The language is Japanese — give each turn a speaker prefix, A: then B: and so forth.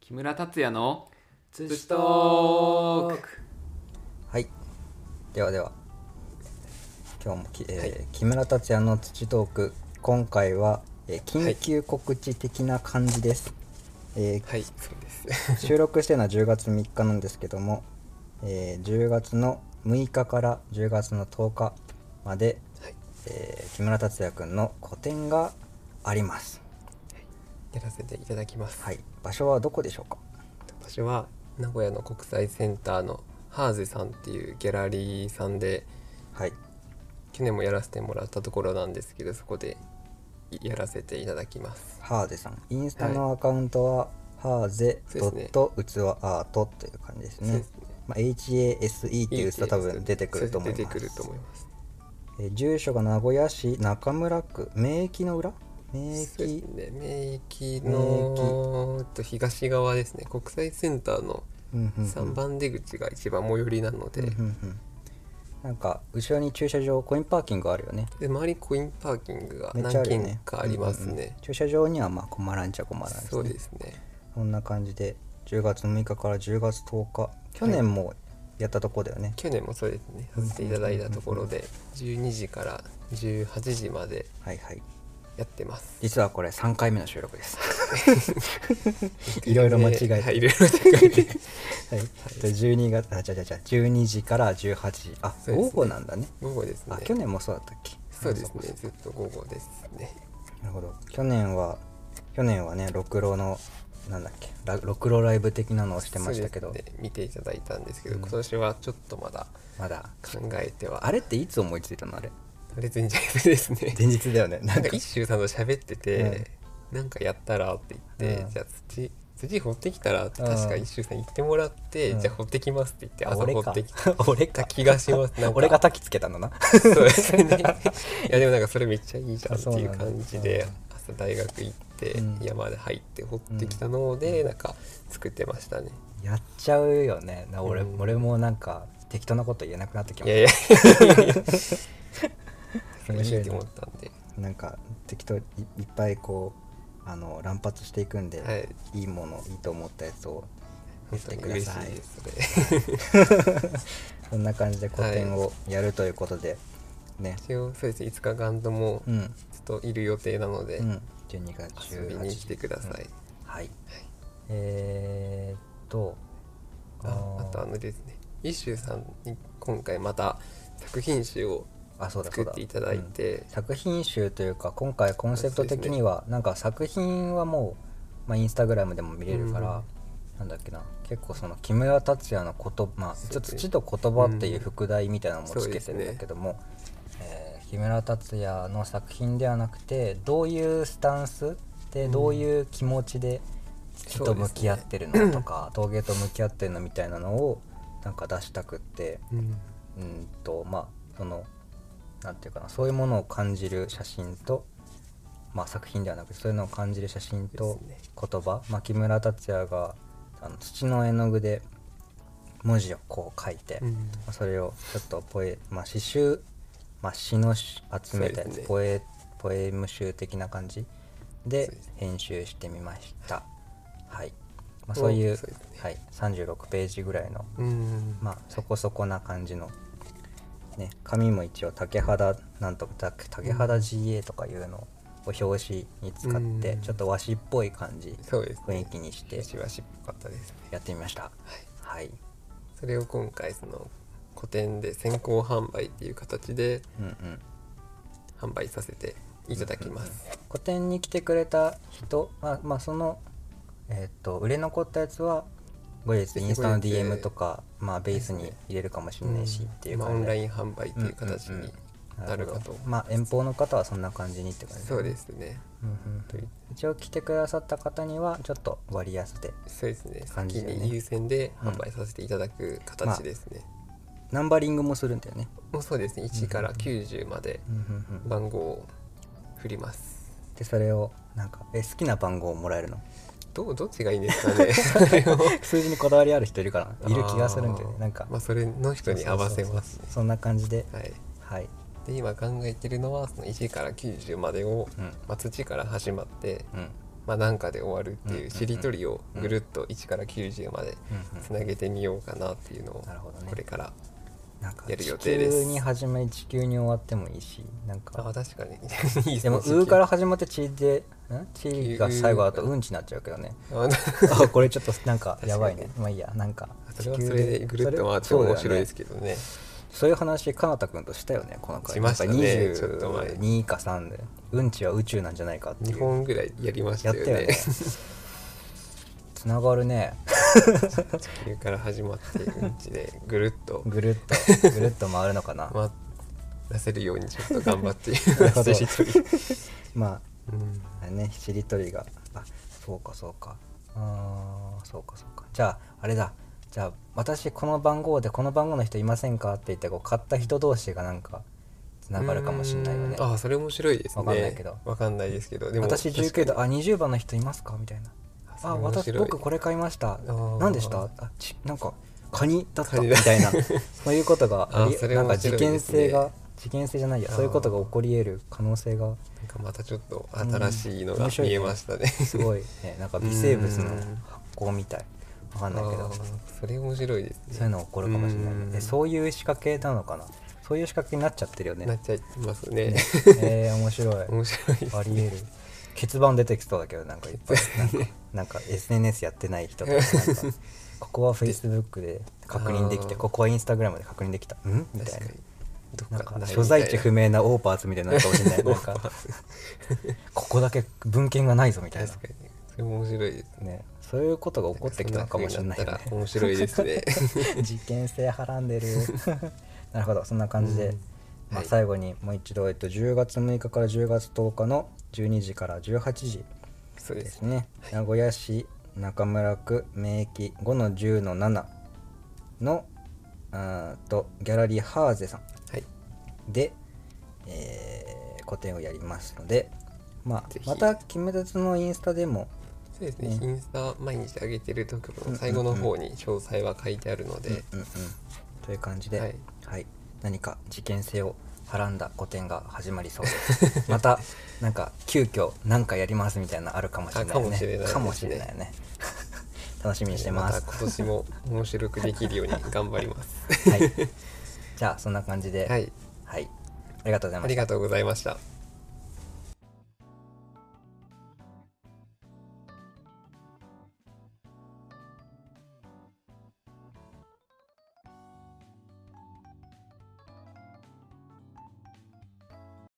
A: 木村達也の「
B: ツ
A: ツチトーク」
C: はい。ではでは。今日もき、えー木村達也の土トーク。今回は、えー緊急告知的な感じです。えー
B: はいそうです
C: 収録してるのは10月3日なんですけども、えー10月の6日から10月の10日まで、
B: はい
C: えー木村達也くんの個展があります。
B: やらせていただきます、
C: はい。場所はどこでしょうか。
B: 場所は名古屋の国際センターのハーゼさんっていうギャラリーさんで
C: はい。
B: 去年もやらせてもらったところなんですけどそこでやらせていただきます
C: ハーゼさん。インスタのアカウントは、ハーゼ
B: そ
C: ド
B: うで
C: ッ
B: すね
C: ト器アートという感じです
B: そうで
C: ね
B: す。ね
C: まあ、HASE っていう人多分出てくると思います。
B: 出てくると思います
C: えー住所が名古屋市中村区名駅の裏名
B: そうで
C: 駅
B: すね名駅のと東側ですね国際センターの
C: うんうんうん
B: 3番出口が一番最寄りなので、
C: うんうんうんなんか後ろに駐車場コインパーキングあるよね
B: で周りコインパーキングが
C: めっちゃあ
B: 何
C: る
B: 軒
C: よね
B: かありますね
C: うんうんうん駐車場にはまあ困らんちゃ困らんですね
B: そうですね
C: こんな感じで10月6日から10月10日去年もやったとこだよね、
B: 去年もそうですねさせていただいたところで12時から18時まで
C: はい、はい
B: やってます
C: 実はこれ3回目の収録です いろいろ間違えて
B: はいいろいろ間違えて
C: はい、で12月あじゃじゃじゃ12時から18時あ、
B: そうです
C: 午
B: ね
C: 後なんだね
B: 午後ですね
C: あ去年もそうだったっけ
B: そうですねずっと午後ですね
C: なるほど去年は去年はねろくろのなんだっけらろくろライブ的なのをしてましたけど、
B: そうですね見ていただいたんですけど、
C: うん
B: 今年はちょっとまだ
C: まだ
B: 考えては
C: あれっていつ思いついたのあれ
B: 別にですね
C: 前日だよね
B: な
C: な
B: ん
C: ん
B: か
C: か
B: 一周さんと喋ってて、なんかやったらって言って、
C: うん
B: じゃあ土土掘ってきたらって確か一周さん言ってもらって、
C: うん
B: じゃあ掘ってきますって言って
C: あ
B: 朝
C: 俺
B: 掘
C: か
B: ってきた俺か気がしますなんか
C: 俺が焚きつけたのな
B: そうですね いやでもなんかそれめっちゃいいじゃんっていう
C: あそうなん
B: 感
C: だ
B: じで朝大学行って、
C: うん
B: 山で入って掘ってきたので、なんか作ってましたね、
C: やっちゃうよねな俺,、
B: うん
C: 俺もなんか適当なこと言えなくなってきま
B: い
C: し
B: やいや
C: 面
B: い
C: 白い
B: い
C: ね
B: と思ったんで、
C: たなんか適当いいっぱいこうあの乱発していくんで、
B: はい、
C: い、いものいいと思ったやつを
B: 本当に嬉しいですね
C: こんな感じで個展をやるということで、ね
B: 一応そうですね5日間とも
C: うん
B: ずっといる予定なので、
C: うん12月18
B: 遊びに来てください、
C: はい、えー、っと
B: ああとあのですねイッシューさんに今回また作品集を
C: あそうだそ
B: 作
C: うだ
B: っていただい
C: うん
B: て
C: 作品集というか今回コンセプト的には、なんか作品はもう、まあ、インスタグラムでも見れるから、なんだっけな結構その木村達也の言葉、まあ、
B: そうで
C: 一応
B: すね
C: 土と言葉っていう副題みたいなのも
B: うん
C: つけてるんだけども、えー木村達也の作品ではなくてどういうスタンスで
B: うん
C: どういう気持ちで土と向き合ってるのと か、陶芸と向き合ってるのみたいなのをなんか出したくって。
B: うん
C: うんとまあそのなんていうかなそういうものを感じる写真と、まあ、作品ではなくてそういうのを感じる写真と
B: ですね
C: 言葉、まあ、木村達也があの土の絵の具で文字をこう書いて、
B: う
C: ま
B: ん
C: あ、それをちょっとポエ、まあ、詩集、まあ、詩の集めた
B: そう
C: や
B: で
C: つ、
B: すね
C: ポエポエム集的な感じで
B: そうです
C: 編集してみました。はいまあ、
B: お
C: そういう
B: そうですね
C: はい、36ページぐらいの
B: うん
C: まあそこそこな感じの、ね、紙も一応竹肌なんとか竹竹肌 GA とかいうのを表紙に使っ
B: う
C: て
B: ん
C: ちょっと和紙っぽい感じ
B: そうです
C: 雰囲気にして
B: しわしっぽかったですね
C: やってみましたはい、
B: それを今回その個展で先行販売っていう形で
C: うんうん、
B: 販売させていただきます、
C: 個展に来てくれた人、まあ、まあその、えっと売れ残ったやつは後日インスタの
B: 後日
C: DM とか、まあ、ベースに入れるかもしれないしっていう
B: まあ、オ
C: 感
B: ン
C: じ
B: ラ
C: で
B: イン販売っていう形になるかと、
C: ほどまあ遠方の方はそんな感じにって感じ
B: そうですね
C: うんうん
B: という
C: 一応来てくださった方にはちょっと割安で
B: そうですね
C: 感じ
B: 先
C: だよね
B: に優先で販売させていただく形ですね、
C: ナンバリングもするんだよね、
B: もうそうですね1から90まで番号を振ります
C: でそれをなんかえ好きな番号をもらえる の
B: どうどっちがいいんですかねそれを
C: 数字にこだわりある人いるか ないる気がするんだよね
B: あー
C: なんか
B: まあ、それの人に合わせますね
C: そんな感じで
B: はい
C: はい、
B: で今考えてるのはその1から90までを、
C: うん
B: まあ、土から始まって
C: うん、
B: まあ、なんかで終わるって
C: うんうん
B: いううんしりとりをぐるっと1から90まで
C: うんうん
B: つなげてみようかなっていうのを
C: なるほどね
B: これから
C: なんか
B: やる
C: 地
B: 予定です
C: 球に始まり地球に終わってもいいしなん
B: あ
C: か
B: 確か にいい
C: でも「
B: その
C: う」
B: 時期
C: から始まって「ち」で「ん?」「ち」が最後だと「うんち」になっちゃうけ どね
B: あ
C: あこれちょっとなんかやばいね
B: 確
C: まあいいやなんか
B: それはそれでぐるっと回って
C: それ
B: 面白いですけ
C: そうだよね
B: どね
C: そういう話かなたくんとしたよねこの回
B: しましたね
C: なんか
B: ちょっと前
C: 22か3で「うんちは宇宙なんじゃないか」ってい
B: 2
C: う
B: 本ぐらいやりました
C: やっ
B: よ
C: た
B: ね
C: よねつながるね
B: 地球から始まってうんちでぐるっと
C: ぐるっ とぐるっと回るのかな、
B: 回らせるようにちょっと頑張って
C: なる ほど
B: しりとり
C: まあ
B: うん
C: あれねしりとりがあそうかそうかあーそうかそうかじゃああれだじゃあ私この番号でこの番号の人いませんかって言ってこう買った人同士がなんかつながるかもしんないよね
B: うーんあそれ面白いですね
C: わかんないけど
B: わかんないですけどでも
C: 私19
B: 確か
C: だあ20番の人いますかみたいな
B: にそれ
C: あ
B: 面
C: 私
B: 白い
C: 僕これ買いました
B: ー
C: 何でしたあちなんかカニだった
B: カニ
C: み
B: だ
C: たいな そういうことがあり
B: あそれ
C: なんか
B: 面白い
C: 事
B: ですね
C: 件性が事件性じゃないや
B: あー
C: そういうことが起こり得る可能性が
B: なんかまたちょっと新しいの
C: うん
B: が
C: 面白い
B: 見
C: ね
B: えましたね、
C: すごい ねなんか微生物の
B: うん
C: 発酵みたいわかんないけ
B: あ
C: ど
B: ーそれ面白いですね
C: そういうの起こるかもしれないね
B: うん
C: えそういう仕掛けなのかなそういう仕掛けになっちゃってるよ
B: な
C: ね
B: っちゃいますね
C: えー、面白い
B: 面白い
C: あり得る結番出てきそうだけどなんかいっ ぱいなんかなんか SNS やってない人とかなんか ここは Facebook で確認できて
B: あー
C: ここは Instagram で確認できたんみた
B: 確
C: いな
B: かにどっ
C: なん
B: か
C: か
B: ない
C: 所在地不
B: み
C: 明なオーパーツみたいになるかもしれないなん かここだけ文献がないぞみ
B: たい
C: たい
B: な
C: な
B: 確かにそれも面白いです
C: ね、そういうことが起こってきたのかもしれないよ
B: ん
C: ね
B: かそん風にったら面白いです ね
C: 事件性はら んでるなるほどそんな感じで、
B: うん
C: ま
B: は
C: あ、
B: い
C: 最後にもう一度、えっと、10月6日から10月10日の12時から18時
B: そうで
C: ですすね、名古屋市中村区名駅5の10の7のうーんとギャラリーハーゼさん
B: はい
C: で、えー個展をやりますので、まあ
B: ぜ、ひ
C: また「鬼滅」のインスタでも
B: そうですね、
C: ね
B: インスタ毎日上げてるところの最後の方に詳細は書いてあるので、
C: うんうん、という感じで、は
B: はいい
C: 何か事件性をはらんだ個展が始まりそうで すまたなんか急遽何かやりますみたいなのあるかもしれないね
B: あかもしれないですね
C: かもしれな いね楽しみにしてます、
B: た今年も面白くできるように頑張ります。
C: はい、じゃあそんな感じ で
B: はい、
C: はい、ありがとうござい
B: あ
C: ました
B: りがとうございました。